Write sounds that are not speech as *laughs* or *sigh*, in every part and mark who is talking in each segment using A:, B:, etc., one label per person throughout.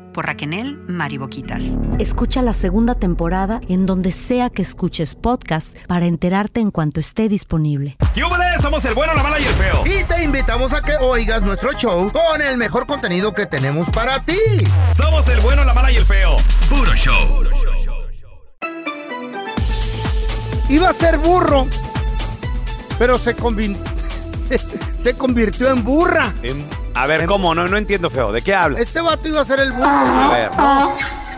A: Por Raquenel Mariboquitas.
B: Escucha la segunda temporada en donde sea que escuches podcast para enterarte en cuanto esté disponible.
C: ¡Yúbales! Somos el bueno, la mala y el feo.
D: Y te invitamos a que oigas nuestro show con el mejor contenido que tenemos para ti.
C: Somos el bueno, la mala y el feo. Puro show.
D: Iba a ser burro, pero se, convin- *laughs* se, se convirtió en burra.
E: Em, A ver, ¿cómo? No, no entiendo, feo. ¿De qué hablas?
D: Este vato iba a ser el burro. ¿no?
E: A ver,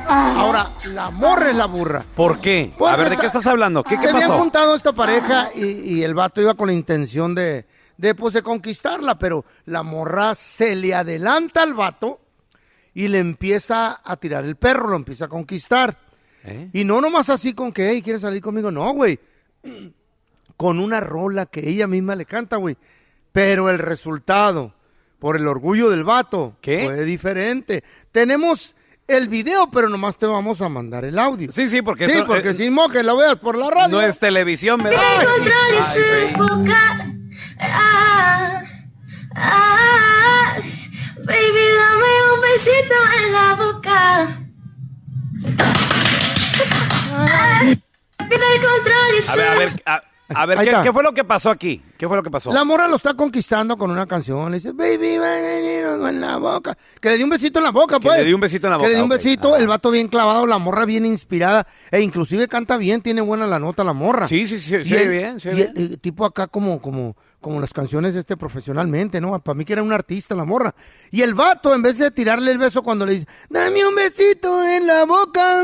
D: Ahora, la morra es la burra.
E: ¿por qué?
D: Porque
E: a ver, ¿de
D: está-
E: qué estás hablando? ¿Qué,
D: se
E: qué
D: habían
E: pasó?
D: juntado esta pareja y, y el vato iba con la intención de, de, pues, de conquistarla, pero la morra se le adelanta al vato y le empieza a tirar el perro, lo empieza a conquistar.
E: ¿Eh?
D: Y no nomás así con que, hey, ¿quieres salir conmigo? No, güey. *clears throat* Con una rola que ella misma le canta, güey. Pero el resultado, por el orgullo del vato,
E: ¿Qué?
D: fue diferente. Tenemos el video, pero nomás te vamos a mandar el audio.
E: Sí, sí, porque
D: Sí,
E: eso,
D: porque
E: eh,
D: sin moque lo veas por la radio.
E: no es televisión, ¿verdad?
F: control y sus boca- Ah, ah, baby, dame un besito en la boca. Ay, el Ah, control y
E: A ver, a ver,
F: sus-
E: a, a ver,
D: Ahí
E: ¿qué,
D: está.
E: qué fue lo que pasó aquí? ¿Qué fue lo que pasó?
D: La morra lo está conquistando con una canción. Le dice, baby, veneno en la boca. Que le dio un besito en la boca,
E: Que
D: pues.
E: le dio un besito en la
D: Que le
E: boca,
D: dio un
E: ok,
D: besito,
E: ajá.
D: el vato bien clavado, la morra bien inspirada. E inclusive canta bien, tiene buena la nota la morra.
E: Sí, sí, sí,
D: Y
E: sí,
D: el-
E: bien, sí,
D: y
E: bien.
D: el- el tipo acá como, como, como las canciones este profesionalmente, ¿no? Para mí que era un artista la morra. Y el vato, en vez de tirarle el beso cuando le dice, dame un besito en la boca.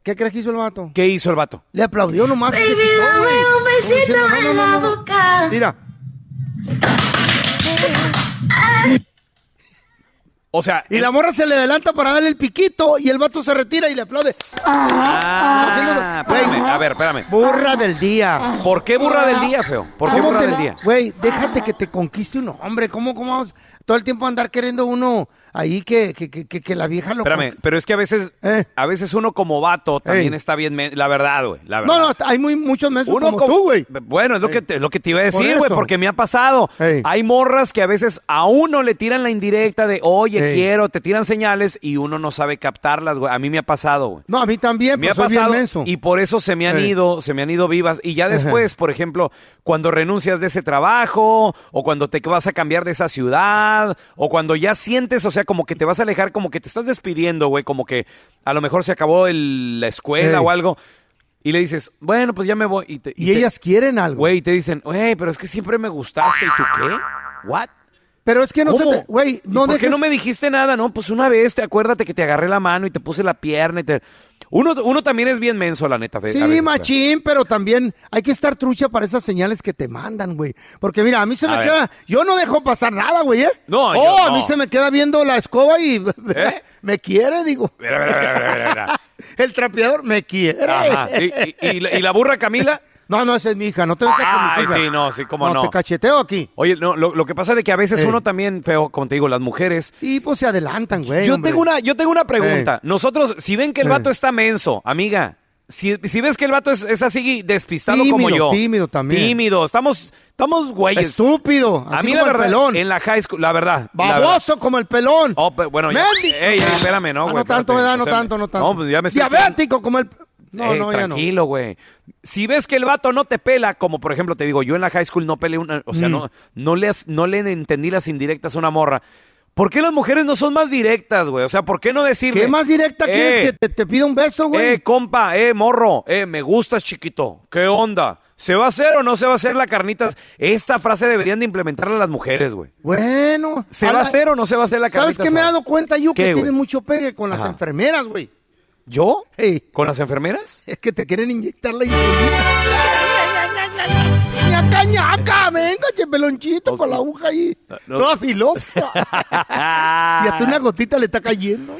D: ¿Qué crees que hizo el vato?
E: ¿Qué hizo el vato?
D: Le aplaudió nomás. y se
F: Baby,
D: quitó,
F: dame
D: güey.
F: un
D: Como
F: besito
D: diciendo, "No, no,
F: en
D: no,
F: la
D: no".
F: boca.
D: Mira.
E: O sea,
D: Y la morra se le adelanta para darle el piquito y el vato se retira y le aplaude.
E: ah,
D: haciéndolo-
E: espérame, a ver, espérame.
D: Burra del día.
E: ¿Por qué burra del día, feo? ¿Por qué
D: ¿Cómo
E: burra
D: te-
E: del día?
D: Güey, déjate que te conquiste un hombre. ¿Cómo, cómo vamos todo el tiempo andar queriendo uno ahí que, que, que, que- que la vieja lo...
E: Espérame,
D: conqu-
E: pero es que a veces,
D: Eh.
E: a veces uno como vato también
D: Ey.
E: está bien, men- la verdad, güey, la verdad.
D: No, no, hay muy, muchos mensos
E: Uno
D: como, tú, güey.
E: Bueno, es lo que, te, lo que te iba a decir,
D: Por
E: güey,
D: eso.
E: porque me ha pasado.
D: Ey.
E: Hay morras que a veces a uno le tiran la indirecta de, oye,
D: Ey.
E: quiero, te tiran señales y uno no sabe captarlas, güey. A mí me ha pasado, güey.
D: No, a mí también,
E: Me ha
D: pero Eh, pues, soy bien
E: pasado
D: menso.
E: y por eso se me han
D: Ey.
E: ido, se me han ido vivas. Y ya después, por ejemplo, cuando renuncias de ese trabajo, o cuando te vas a cambiar de esa ciudad, o cuando ya sientes, o sea, como que te vas a alejar, como que te estás despidiendo, güey, como que a lo mejor se acabó el- la escuela
D: Ey.
E: o algo. Y le dices, bueno, pues ya me voy. Y, te- y
D: Y
E: te-
D: ellas quieren algo.
E: Güey, te dicen, güey, pero es que siempre me gustaste. ¿Y tú qué? ¿What?
D: Pero es que no
E: ¿Cómo?
D: se te... Güey,
E: ¿Y
D: no
E: ¿Por qué
D: dejes-
E: no me dijiste nada? No, pues una vez, te acuérdate que te agarré la mano y te puse la pierna y te... Uno, uno también es bien menso, la neta. fe- a
D: Sí,
E: veces,
D: machín, pero también hay que estar trucha para esas señales que te mandan, güey. Porque mira, a mí se
E: A
D: me
E: ver.
D: queda, yo no dejo pasar nada, güey, ¿eh?
E: No,
D: oh,
E: yo
D: a mí
E: no.
D: se me queda viendo la escoba y *laughs*
E: ¿Eh?
D: me quiere, digo.
E: güey. Mira, mira, mira, mira, mira, mira.
D: *laughs* El trapeador me quiere.
E: Ajá. ¿Y, y- y la, y la burra Camila?
D: *laughs* No, no, esa es mi hija, no te metas con
E: Ay,
D: mi hija.
E: sí, no, sí, cómo no.
D: te cacheteo aquí.
E: Oye, no, lo, lo que pasa es de que a veces
D: Eh.
E: uno también, feo, como te digo, las mujeres...
D: Y pues se adelantan, güey.
E: Yo
D: hombre.
E: tengo, una, yo tengo una pregunta. Nosotros, si ven que el vato está menso, amiga, si, si ves que el vato es, es así despistado como
D: Tímido,
E: yo.
D: tímido también.
E: Tímido, estamos, estamos güeyes.
D: Estúpido,
E: A
D: así
E: mí
D: como
E: la
D: el
E: verdad,
D: pelón.
E: en la high school, la verdad. la verdad.
D: Baboso como el pelón.
E: Oh, pe- bueno, ya-
D: Mendigo.
E: Ey, espérame, no,
D: Ah,
E: güey.
D: no tanto,
E: espérate.
D: ¿verdad? No
E: O sea,
D: tanto, no tanto.
E: No, pues ya me estoy
D: Diabético como el... No,
E: Ey,
D: no, ya no.
E: tranquilo, güey. Si ves que el vato no te pela, como por ejemplo te digo, yo en la high school no peleé una, o
D: Mm.
E: sea, no, no, le, as- no le entendí las indirectas a una morra. ¿Por qué las mujeres no son más directas, güey? O sea, ¿por qué no decirle?
D: ¿Qué más directa
E: Eh,
D: quieres que te, te pida un beso, güey?
E: Eh, compa, eh, morro, eh, me gustas, chiquito. ¿Qué onda? ¿Se va a hacer o no se va a hacer la carnita? Esta frase deberían de implementarla las mujeres, güey.
D: Bueno.
E: ¿Se va a hacer o no se va a hacer la carnita?
D: ¿Sabes qué me he
E: asada?
D: dado cuenta yo?
E: ¿Qué,
D: Que
E: güey?
D: tienen mucho pegue con las
E: Ajá.
D: enfermeras, güey.
E: ¿Yo?
D: Hey.
E: ¿Con las enfermeras?
D: Es que te quieren inyectar
G: *laughs*
D: la insulina. ¡Ñaca, ñaca! Venga, che, pelonchito, con la aguja ahí.
E: no.
D: Toda filosa. y hasta una gotita le está cayendo.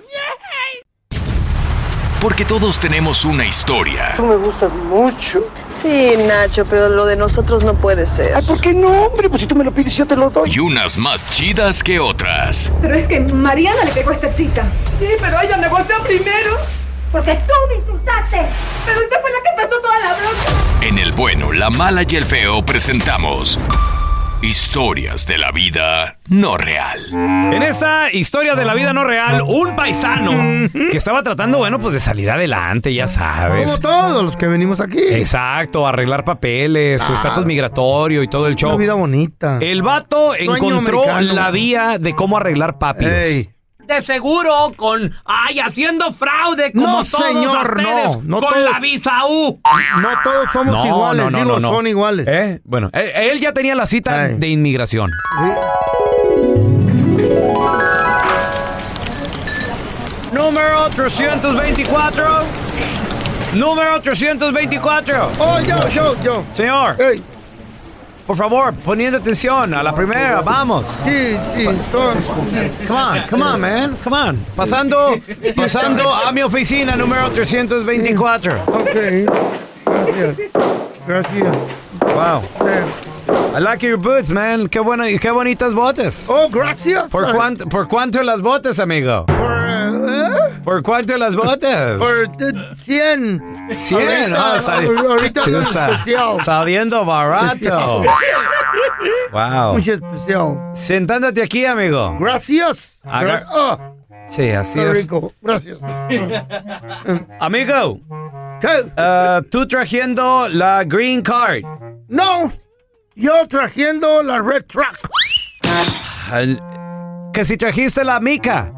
H: Porque todos tenemos una historia.
G: me gustas mucho.
I: Sí, Nacho, pero lo de nosotros no puede ser.
G: Ay, ¿por qué no, hombre? Pues si tú me lo pides, yo te lo doy.
H: Y unas más chidas que otras.
J: Pero es que Mariana le pegó esta cita. Sí, pero ella me golpeó primero. Porque tú me insultaste. Pero usted fue la que pasó toda la bronca.
H: En el bueno, la mala y el feo presentamos historias de la vida no real.
E: En esta historia de la vida no real, un paisano que estaba tratando, bueno, pues de salir adelante, ya sabes.
D: Como todos los que venimos aquí.
E: Exacto, arreglar papeles, su
D: Ah.
E: estatus migratorio y todo el
D: Una
E: show.
D: vida bonita.
E: El vato
D: Sueño
E: encontró
D: americano.
E: la vía de cómo arreglar papiros.
D: Ey.
E: De seguro con, ay, haciendo fraude
D: como No, todos señor, ustedes, no, no con todos. la
E: visa U.
D: No todos somos iguales, digo, son iguales.
E: ¿Eh? Bueno, él, él ya tenía la cita
D: Ey.
E: de inmigración. Número 324. Número 324.
D: Oh, yo, yo, yo.
E: Señor,
D: Ey,
E: por favor, poniendo atención a la primera, vamos.
D: sí, sí. son-
E: Come on, come on, man, come on. Pasando, pasando a mi oficina número 324.
D: Ok. Gracias. Gracias.
E: Wow.
D: Eh,
E: I like your boots, man. Qué bueno y qué bonitas botas.
D: Oh, gracias.
E: ¿Por cuánto, por cuánto las botas, amigo?
D: Por, eh,
E: ¿Por cuánto las botas?
D: por eh, 100.
E: 100.
D: Ahorita-
E: ah, sali-
D: ahorita
E: sí,
D: no es
E: sa-
D: especial.
E: saliendo
D: *laughs*
E: barato. Wow.
D: Mucho especial.
E: Sentándote aquí, amigo.
D: Gracias.
E: Agar-
D: Ah,
E: Sí, así
D: qué
E: es.
D: rico. Gracias.
E: Amigo,
D: ¿Qué?
E: eh, tú trajendo la green card.
D: No. Yo trajendo la red track.
E: Al- Que si trajiste la mica.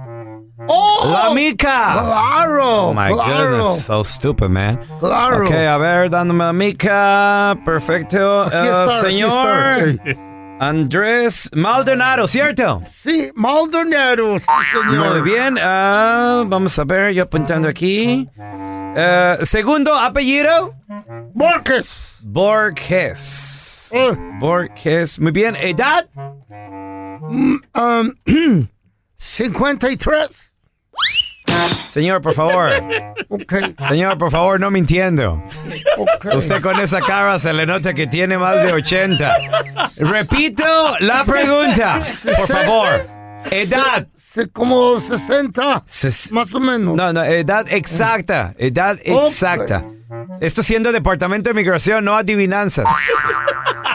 D: Oh.
E: La mica.
D: Claro.
E: Oh my
D: claro,
E: goodness, so stupid, man.
D: Claro.
E: Ok, uh, a ver, dándome la mica. Perfecto.
D: Aquí
E: Eh,
D: está, aquí
E: señor
D: está. Ey.
E: Andrés Maldonado, ¿cierto?
D: Sí, Maldonado, sí,
E: Muy
D: señor.
E: bien. ah, vamos a ver, yo apuntando aquí. Eh, segundo apellido,
D: Borges.
E: Borges.
D: Eh,
E: Borges. Muy bien. ¿Edad?
D: um, 53.
E: Señor, por favor.
D: Ok,
E: Señor, por favor, no mintiendo. *laughs*
D: ok.
E: Usted con esa cara se le nota que tiene más de 80. Repito la pregunta, por favor. Edad.
D: Se- como 60,
E: Ses-
D: más o menos.
E: No, no, edad exacta. Edad
D: Ok.
E: exacta. Esto siendo Departamento de Migración, no adivinanzas.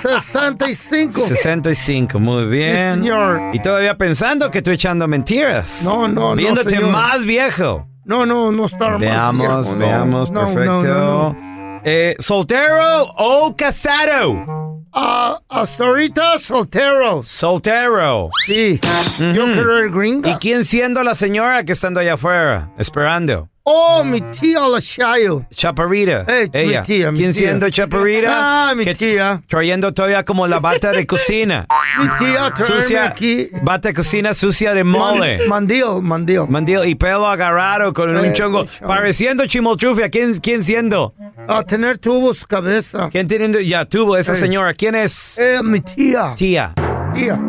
D: 65.
E: 65, muy bien.
D: señor.
E: Y todavía pensando que estoy echando mentiras.
D: No, no, no,
E: Viéndote
D: señor.
E: más viejo.
D: No, no, no está armado,
E: Veamos,
D: viejo, no.
E: veamos,
D: No, no,
E: perfecto.
D: no, no.
E: Eh, ¿Soltero o casado?
D: Ah, hasta ahorita solteros.
E: Soltero.
D: Sí. Yo quiero el gringo.
E: ¿Y quién siendo la señora que está allá afuera? Esperando.
D: Oh, mi tía la Chayo.
E: Chaparrita.
D: Eh, mi
E: ella.
D: tía, mi
E: ¿Quién
D: tía.
E: siendo Chaparrita?
D: Ah, mi
E: Que-
D: tía.
E: Trayendo todavía como la bata de
D: *laughs*
E: cocina.
D: Mi tía traerme
E: Ah. sucia.
D: aquí.
E: Bata de cocina sucia de
D: Man-
E: mole.
D: mandil, mandil.
E: Mandil y pelo agarrado con
D: Eh,
E: un chongo.
D: chongo.
E: Pareciendo chimoltrufia. ¿Quién, ¿Quién siendo?
D: A tener tubos cabeza.
E: ¿Quién teniendo? Ya tuvo esa
D: Eh.
E: señora. ¿Quién es?
D: Eh, mi tía.
E: Tía.
D: Tía.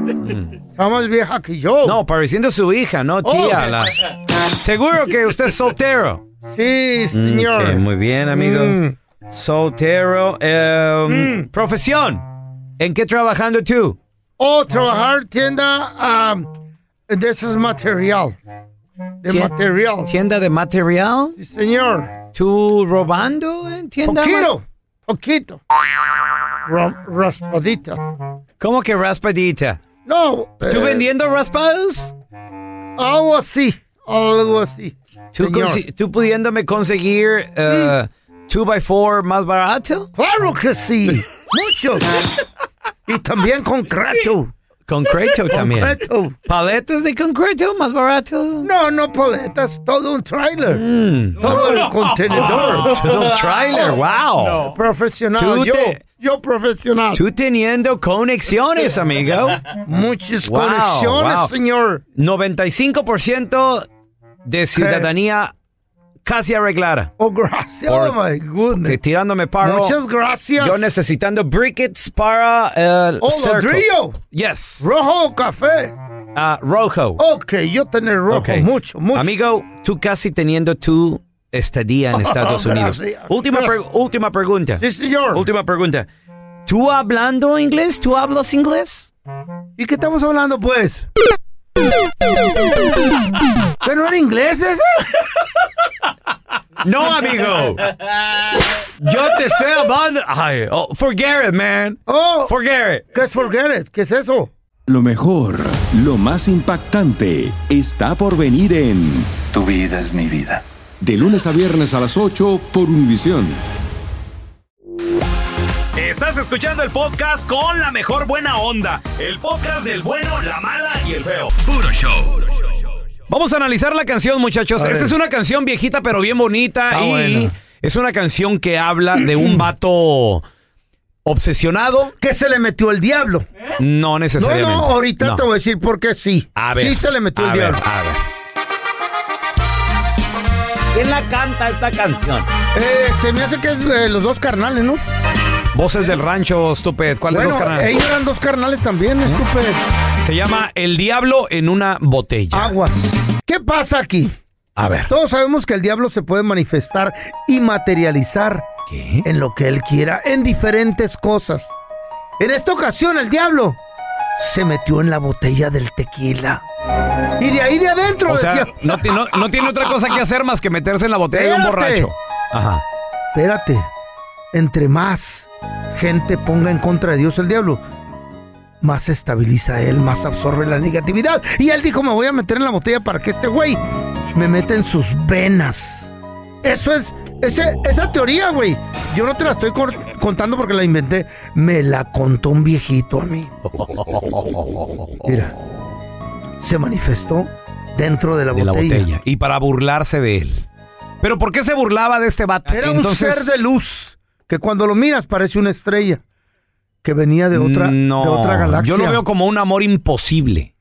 D: Está más vieja que yo.
E: Mm. No, pareciendo su hija, no tía.
D: Oh.
E: la- Seguro que usted es soltero.
D: Sí, señor.
E: Ok, Mm, muy bien, amigo.
D: Mm.
E: Soltero. em, Profesión. ¿En qué trabajando tú?
D: O Oh, trabajar tienda ah, de esos material. De
E: Tien-
D: material.
E: ¿Tienda de material?
D: Sí, señor.
E: ¿Tú robando en tienda?
D: Poquito. Poquito. Ra- raspadita.
E: ¿Cómo que raspadita?
D: No.
E: ¿Tú
D: eh,
E: vendiendo raspados?
D: Algo así. Algo así.
E: ¿Tú,
D: señor. Mm.
E: consi- tú pudiéndome conseguir eh, 2x4 más barato? *laughs*
D: Claro que sí. Mucho. y también concreto. *laughs*
E: Concreto también.
D: Concreto.
E: Paletas de concreto más barato.
D: No, no paletas, todo un trailer.
E: Mm.
D: Todo el contenedor.
E: Todo un trailer, wow. No.
D: Profesional,
E: Tú
D: yo,
E: te-
D: yo profesional.
E: Tú teniendo conexiones, amigo.
D: Muchas
E: Wow,
D: conexiones,
E: wow.
D: señor.
E: 95% de ciudadanía casi arreglada.
D: Oh, gracias.
E: Por-
D: oh, my goodness.
E: Que tirándome paro.
D: Muchas gracias.
E: Yo necesitando briquets para eh, el
D: Oh,
E: cerco.
D: ladrillo.
E: Yes.
D: Rojo o café.
E: Ah, rojo.
D: Ok, yo tener rojo
E: Ok.
D: mucho, mucho.
E: Amigo, tú casi teniendo tu estadía
D: *laughs*
E: en Estados Unidos.
D: Gracias.
E: Última, pre- última pregunta.
D: Sí, señor.
E: Última pregunta. ¿Tú hablando inglés? ¿Tú hablas inglés?
D: ¿Y qué estamos hablando, pues? ¿Pero no era inglés ese?
E: No, amigo. Yo te estoy hablando. Ay, oh, forget it, man.
D: Oh.
E: Forget it.
D: ¿Qué es forget it? ¿Qué es eso?
K: Lo mejor, lo más impactante está por venir en
L: Tu vida es mi vida.
K: de lunes a viernes a las 8 por Univisión.
M: Estás escuchando el podcast con la mejor buena onda. El podcast del bueno, la mala y el feo. Puro show.
E: Vamos a analizar la canción, muchachos.
M: A
E: Esta
M: ver.
E: es una canción viejita, pero bien bonita.
M: Ah,
E: y
M: bueno.
E: es una canción que habla de un vato obsesionado.
D: Que se le metió el diablo.
E: No
D: No,
E: necesariamente.
D: no, ahorita
E: No.
D: te voy a decir por qué sí.
E: A ver,
D: sí se le metió
E: a
D: el
E: ver,
D: diablo.
E: a ver. ¿Quién la canta esta canción?
D: Eh, se me hace que es de los dos carnales, ¿no?
E: Voces del rancho, estúpido. ¿Cuál
D: bueno,
E: de los ¿Eh? canales?
D: ellos eran dos carnales también, estúpido.
E: Se llama El Diablo en una botella.
D: Aguas. ¿Qué pasa aquí?
E: A ver.
D: Todos sabemos que el diablo se puede manifestar y materializar en lo que él quiera, en diferentes cosas. En esta ocasión el diablo se metió en la botella del tequila. Y de ahí de adentro
E: O sea,
D: decía,
E: no, ti- no- no tiene otra cosa que hacer más que meterse en la botella de un
D: Espérate.
E: borracho. Ajá.
D: espérate, entre más gente ponga en contra de Dios el diablo, más se estabiliza él, más absorbe la negatividad. Y él dijo, me voy a meter en la botella para que este güey me meta en sus venas. Eso es, ese- esa teoría, güey. Yo no te la estoy cor- contando porque la inventé. Me la contó un viejito
E: *laughs*
D: a mí. Mira, se manifestó dentro de la
E: De la
D: botella.
E: botella. Y para burlarse de él. ¿Pero por qué se burlaba de este vato?
D: Era
E: Entonces,
D: un ser de luz que cuando lo miras parece una estrella que venía de otra,
E: no,
D: de otra galaxia.
E: Yo lo veo como un amor imposible.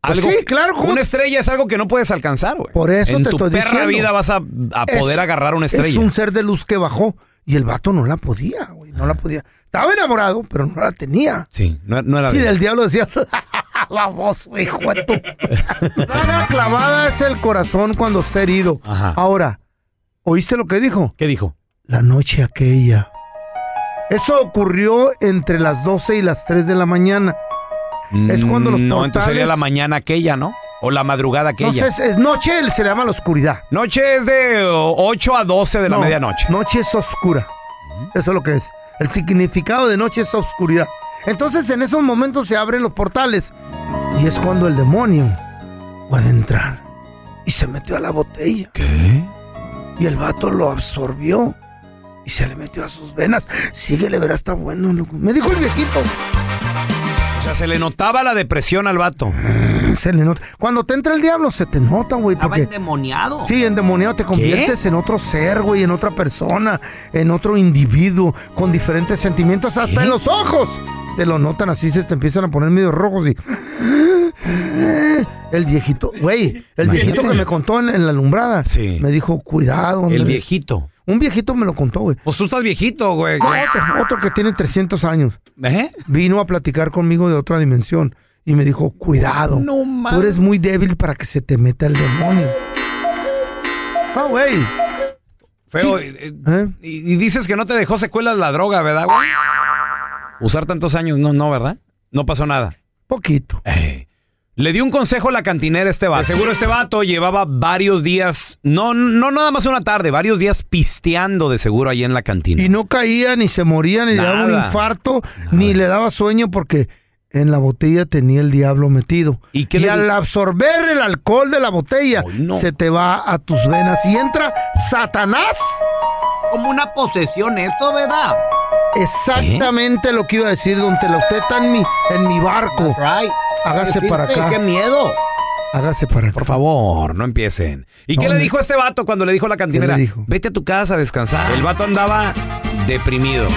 D: Pues sí, claro, ¿cómo?
E: Una estrella es algo que no puedes alcanzar, güey.
D: Por eso
E: en
D: te
E: tu
D: estoy
E: perra
D: diciendo.
E: vida vas a, a poder
D: Es-
E: agarrar una estrella.
D: Es un ser de luz que bajó y el vato no la podía, güey, no la podía. Estaba enamorado, pero no la tenía.
E: Sí, no, no era
D: Y
E: bien.
D: del diablo decía, *laughs* la voz, hijo de tu...
E: *laughs*
D: La clavada es el corazón cuando está herido. Ahora, ¿oíste lo que dijo?
E: ¿Qué dijo?
D: La noche aquella. Eso ocurrió entre las 12 y las 3 de la mañana. Es cuando los
E: Mm, No, entonces sería
D: portales-
E: la mañana aquella, ¿no? O la madrugada aquella.
D: Entonces, es noche se le llama la oscuridad.
E: Noche es de oh, 8 a 12 de la
D: No,
E: medianoche. Mm.
D: Noche es oscura. Eso es lo que es. El significado de noche es oscuridad. Entonces en esos momentos se abren los portales y es cuando el demonio puede entrar. Y se metió a la botella.
E: ¿Qué?
D: Y el vato lo absorbió y se le metió a sus venas. Síguele, verás, está bueno. loco. Me dijo el viejito.
E: O sea, se le notaba la depresión al vato. Mm.
D: Se le nota. Cuando te entra el diablo se te nota, güey.
E: Estaba
D: Porque...
E: endemoniado.
D: Sí, endemoniado, te conviertes en otro ser, güey, en otra persona, en otro individuo, con diferentes sentimientos, hasta en los ojos. Te lo notan así, se te empiezan a poner medio rojos y... El viejito, güey, el viejito que me contó en, en la alumbrada, me dijo, cuidado.
E: El
D: Andrés".
E: viejito.
D: Un viejito me lo contó, güey.
E: Pues tú estás viejito, güey.
D: No, otro, otro que tiene 300 años.
E: ¿Eh?
D: Vino a platicar conmigo de otra dimensión y me dijo, cuidado,
E: No mames.
D: tú eres muy débil para que se te meta el demonio. Ah, güey.
E: Feo. eh,
D: ¿Eh?
E: Y, y dices que no te dejó secuelas la droga, ¿verdad, güey? Usar tantos años, no, no, ¿verdad? No pasó nada.
D: Poquito.
E: Le dio un consejo a la cantinera a este vato. Eh. De Seguro este vato llevaba varios días, no, no nada más una tarde, varios días pisteando de seguro ahí en la cantina.
D: Y no caía, ni se moría, ni le daba un
E: Nada.
D: infarto, ni le daba sueño porque en la botella tenía el diablo metido. Y,
E: qué le
D: al
E: di-
D: absorber el alcohol de la botella, se te va a tus venas y entra Satanás.
E: Como una posesión eso, ¿verdad?
D: Exactamente lo que iba a decir, don Tela. Usted está en mi, en mi barco. Hágase
E: Ay,
D: para
E: qué-
D: acá.
E: qué miedo!
D: Hágase para acá.
E: Por favor, no empiecen. ¿Y
D: No,
E: qué le
D: no.
E: dijo este vato cuando le dijo Ah. la cantinera?
D: le dijo?
E: Vete a tu casa a descansar. El vato andaba deprimido,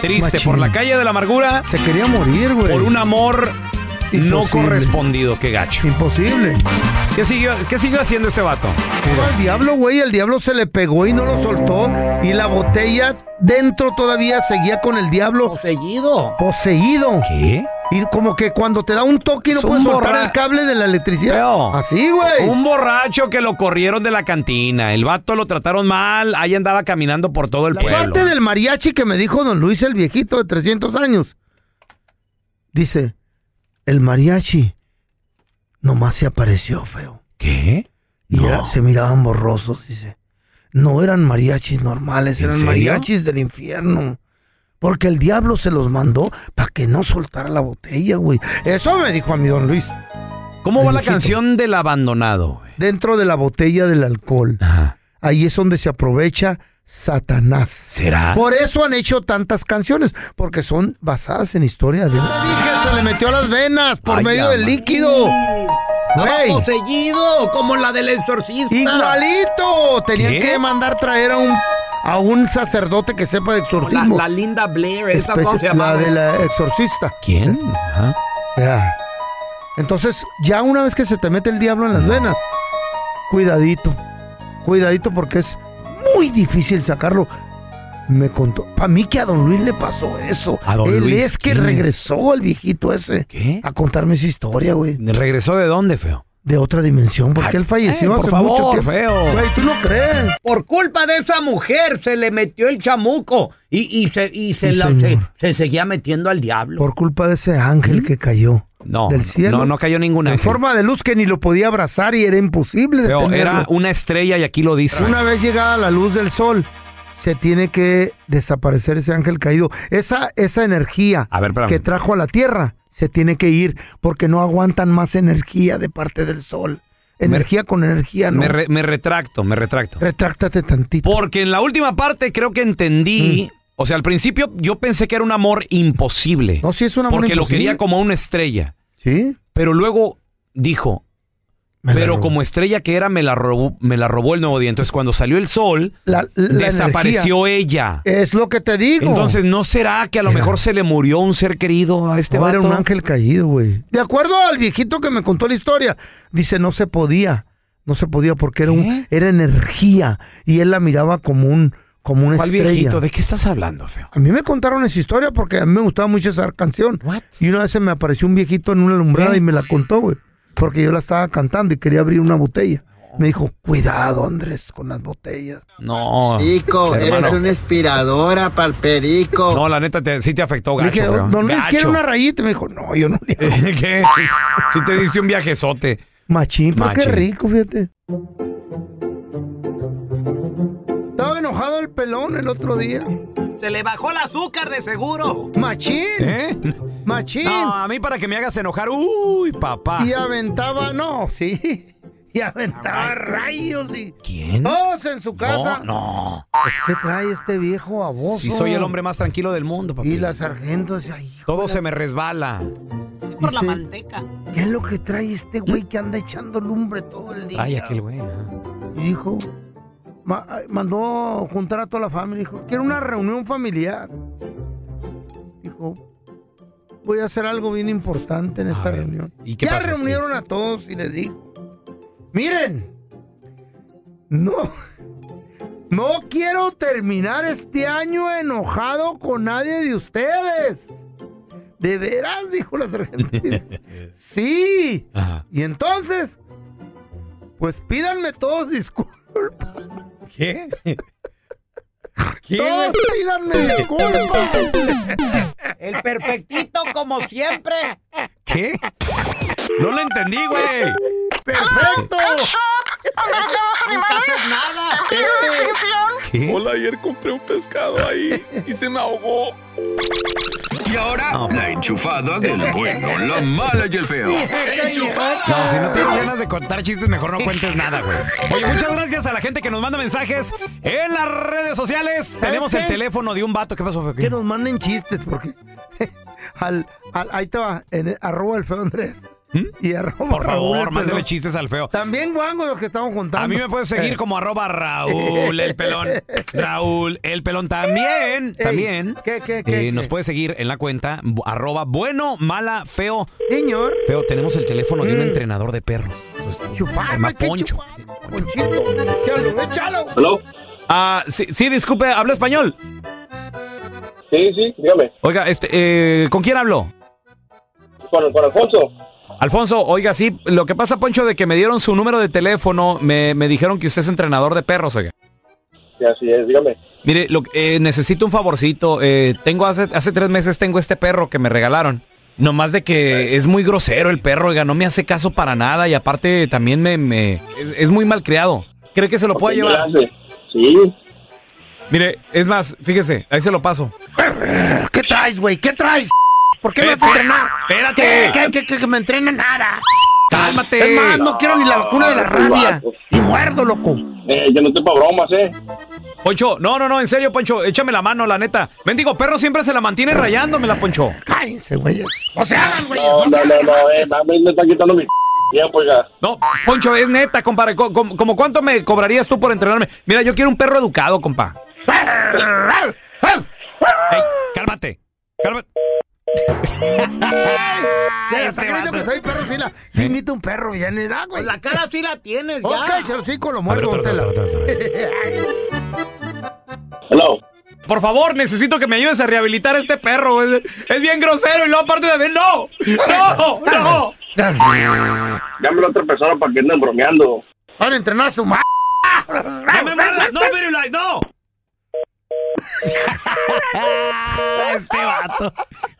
E: triste, por la calle de la amargura.
D: Se quería morir, güey.
E: Por un amor no
D: Imposible.
E: correspondido, qué gacho.
D: Imposible.
E: ¿Qué siguió, qué siguió haciendo este vato?
D: Al diablo, güey, el diablo se le pegó y no lo soltó. Y la botella dentro todavía seguía con el diablo.
E: Poseído.
D: Poseído.
E: ¿Qué?
D: Y como que cuando te da un toque y no
E: Es un
D: puedes soltar
E: borra-
D: el cable de la electricidad.
E: Feo.
D: Así, güey.
E: Un borracho que lo corrieron de la cantina. El vato lo trataron mal. Ahí andaba caminando por todo el pueblo.
D: Parte del mariachi que me dijo don Luis el viejito de 300 años. Dice, el mariachi nomás se apareció feo.
E: ¿Qué?
D: No. se miraban borrosos, dice. No eran mariachis normales,
E: ¿En
D: eran
E: serio?
D: mariachis del infierno. Porque el diablo se los mandó para que no soltara la botella, güey. Eso me dijo a mi don Luis.
E: ¿Cómo
D: El
E: va la
D: viejito.
E: canción del abandonado?
D: Dentro de la botella del alcohol. Ahí es donde se aprovecha Satanás.
E: ¿Será?
D: Por eso han hecho tantas canciones, porque son basadas en historia de... se le metió a las venas por
E: Ay,
D: medio
E: ya,
D: del
E: man.
D: líquido. Güey.
E: poseído, como la del exorcista.
D: Igualito. Tenían
E: ¿Qué?
D: que mandar traer a un a un sacerdote que sepa de exorcismo.
E: linda Blair,
D: Especie- la de la exorcista.
E: ¿Quién? Ajá.
D: Ya. Entonces, ya una vez que se te mete el diablo en las venas, cuidadito. Cuidadito porque es muy difícil sacarlo. Me contó. Para mí que a don Luis le pasó eso.
E: ¿A don
D: Él
E: Luis
D: es que
E: quién es?
D: regresó el viejito ese.
E: ¿Qué?
D: A contarme esa historia, güey.
E: ¿Regresó de dónde, feo?
D: De otra dimensión, porque él
E: Ay,
D: falleció
E: eh, por
D: hace
E: favor,
D: mucho tiempo.
E: feo.
D: Güey, tú no crees.
N: Por culpa de esa mujer se le metió el chamuco y, y se, y se,
D: Sí,
N: la- se,
D: señor.
N: se seguía metiendo al diablo.
D: Por culpa de ese ángel que cayó.
E: ¿Mm? No,
D: Del
E: no,
D: cielo.
E: no, no cayó ningún
D: En
E: ángel.
D: forma de luz que ni lo podía abrazar y era imposible.
E: Feo,
D: detenerlo.
E: era una estrella y aquí lo dice.
D: Una vez llegada la luz del sol, se tiene que desaparecer ese ángel caído. Esa, esa energía
E: A ver, espérame.
D: que trajo a la tierra se tiene que ir porque no aguantan más energía de parte del sol. Energía con energía, ¿no?
E: me, re- me retracto, me retracto.
D: Retráctate tantito.
E: Porque en la última parte creo que entendí.
D: Mm.
E: O sea, al principio yo pensé que era un amor imposible.
D: No, sí es un amor
E: Porque lo
D: imposible.
E: quería como una estrella.
D: Sí.
E: Pero luego dijo,
D: Me la
E: pero
D: robó.
E: como estrella que era, me la robó, me la robó el nuevo día. Entonces, cuando salió el sol,
D: La- la
E: desapareció ella.
D: Es lo que te digo.
E: Entonces, ¿no será que a lo mejor se le murió un ser querido a este
D: No, era
E: vato?
D: un ángel caído, güey. De acuerdo al viejito que me contó la historia, dice no se podía, no se podía porque era un, era energía y él la miraba como un como una
E: ¿Cuál
D: estrella.
E: viejito? ¿De qué estás hablando, feo?
D: A mí me contaron esa historia porque a mí me gustaba mucho esa canción. Y una vez se me apareció un viejito en una alumbrada y me la contó, güey, porque yo la estaba cantando y quería abrir una botella. Me dijo, cuidado, Andrés, con las botellas.
E: No.
O: Perico, eres
E: hermano.
O: una inspiradora pa'l perico.
E: No, la neta, te- sí te afectó,
D: Le
E: gacho,
D: dije,
E: feo.
D: don Luis,
E: Gacho.
D: ¿quiere una rayita? Y me dijo, no, yo no. le hago".
E: *laughs* ¿Qué? Sí te diste un viajezote.
D: Machín, pero qué
E: Machín.
D: rico, fíjate. Estaba enojado el pelón el otro día.
N: Se le bajó el azúcar de seguro.
D: Machín,
E: ¿Eh?
D: machín.
E: No, a mí para que me hagas enojar. Uy, papá.
D: Y aventaba, no, sí. Y aventaba rayos y
E: ¿Quién?
N: Oh,
D: todos en su casa.
E: Ah, No, no.
D: Es que trae este viejo a vos.
E: Si soy el hombre más tranquilo del mundo, papá.
D: Y la sargento decía, "Hijo,
E: Todo se me resbala.
D: Por la manteca. ¿Qué es lo que trae este güey que anda echando lumbre todo el día?
E: ¿Mm? Ay, aquel güey. ajá.
D: Y dijo, ma- ay, mandó juntar a toda la familia. Dijo, quiero una reunión familiar. Dijo, voy a hacer algo bien importante en esta reunión.
E: ¿y qué
D: ya
E: pasó,
D: reunieron a todos y les dijo, miren, no, no quiero terminar este año enojado con nadie de ustedes. De veras, dijo la
E: *laughs*
D: sargentina. sí.
E: Ajá.
D: Y entonces, pues pídanme todos disculpas.
E: ¿Qué?
D: Todos pídanme disculpas.
N: El perfectito como siempre.
E: ¿Qué? No lo entendí, güey.
D: ¡Perfecto!
N: Nunca haces nada.
E: ¿Qué?
P: Hola, ayer compré un pescado ahí y se me ahogó.
H: Y ahora, la enchufada del bueno, la mala y el feo.
E: No, si no tienes ganas de contar chistes, mejor no cuentes nada, güey. Oye, muchas gracias a la gente que nos manda mensajes en las redes sociales. Tenemos
D: qué?
E: el teléfono de un vato. ¿Qué pasó, feo?
D: Que nos *laughs* manden chistes, porque al, al- ahí te va, en el- arroba el feo Andrés. Y arroba
E: ¿Mm? Por
D: Raúl
E: favor,
D: el
E: mándele
D: pelón.
E: chistes al feo.
D: También guangos los que estamos Eh, contando.
E: A mí me puedes seguir como arroba Raúl el pelón. Raúl el pelón también.
D: Ey,
E: también.
D: ¿qué, qué,
E: eh,
D: qué,
E: Nos
D: qué?
E: puedes seguir en la cuenta bu- arroba bueno, mala, feo.
D: Señor.
E: Feo, tenemos el teléfono de un
D: Mm.
E: entrenador de perros. Entonces, se llama Poncho.
D: Ponchito, échalo, échalo.
E: Ah, sí, sí, disculpe, ¿habla español?
Q: Sí, sí, dígame.
E: Oiga, este, eh, ¿con quién hablo?
Q: Con, con Alfonso.
E: Alfonso, oiga, sí, lo que pasa, Poncho, de que me dieron su número de teléfono, me, me dijeron que usted es entrenador de perros, oiga.
Q: Sí, así es, dígame.
E: Mire, lo, que- eh, necesito un favorcito. eh, tengo hace, hace tres meses tengo este perro que me regalaron. Nomás de que es muy grosero el perro, oiga, no me hace caso para nada y aparte también me, me- es, es muy malcriado. ¿Cree que se lo pueda
Q: ¿Quién me
E: llevar?
Q: la hace? Sí.
E: Mire, es más, fíjese, ahí se lo paso.
D: ¿Qué traes, güey? ¿Qué traes? ¿Por qué me vas a entrenar? Espérate. ¿Qué, qué, qué, que me entrene nada?
E: Cálmate.
D: Es más, Eh, no quiero ni la vacuna de la rabia. Y muerdo, loco.
Q: Eh, yo no estoy para bromas, ¿eh?
E: Poncho, no, no, no, en serio, Poncho, échame la mano, la neta. Mendigo, perro siempre se la mantiene rayándomela, Poncho.
D: Cállense, güey. O sea,
Q: No, no, no, no, eh, a mí me está quitando mi *laughs* tiempo, oiga.
E: No, Poncho, es neta, compadre. Co- com- ¿Como cuánto me cobrarías tú por entrenarme? Mira, yo quiero un perro educado, compa. Ey, cálmate. Cálmate.
D: Sí, hasta que ahorita que soy perro, sí, la, sí imita un perro, ya ni da, güey.
N: La cara sí la tienes, ya.
D: Ok, se lo estoy con lo muerdo, don Tela. *laughs*
E: Por favor, necesito que me ayudes a rehabilitar a este perro. Es, es bien grosero y luego aparte también. ¡No! ¡No! ¡No!
N: *laughs*
Q: Dame a otra persona para que anden bromeando.
D: Van a entrenar a su *laughs* madre.
E: ¡No, Firulais, no! *laughs* este vato.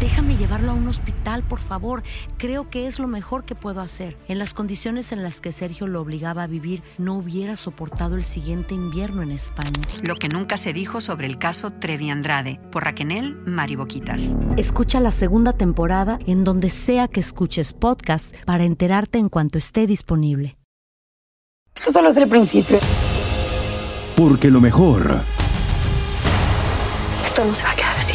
B: Déjame llevarlo a un hospital, por favor. Creo que es lo mejor que puedo hacer. En las condiciones en las que Sergio lo obligaba a vivir, no hubiera soportado el siguiente invierno en España.
A: Lo que nunca se dijo sobre el caso Trevi Andrade por Raquel Mariboquitas.
B: Escucha la segunda temporada en donde sea que escuches podcast para enterarte en cuanto esté disponible.
R: Esto solo es el principio.
K: Porque lo mejor,
R: Esto no se va a quedar así.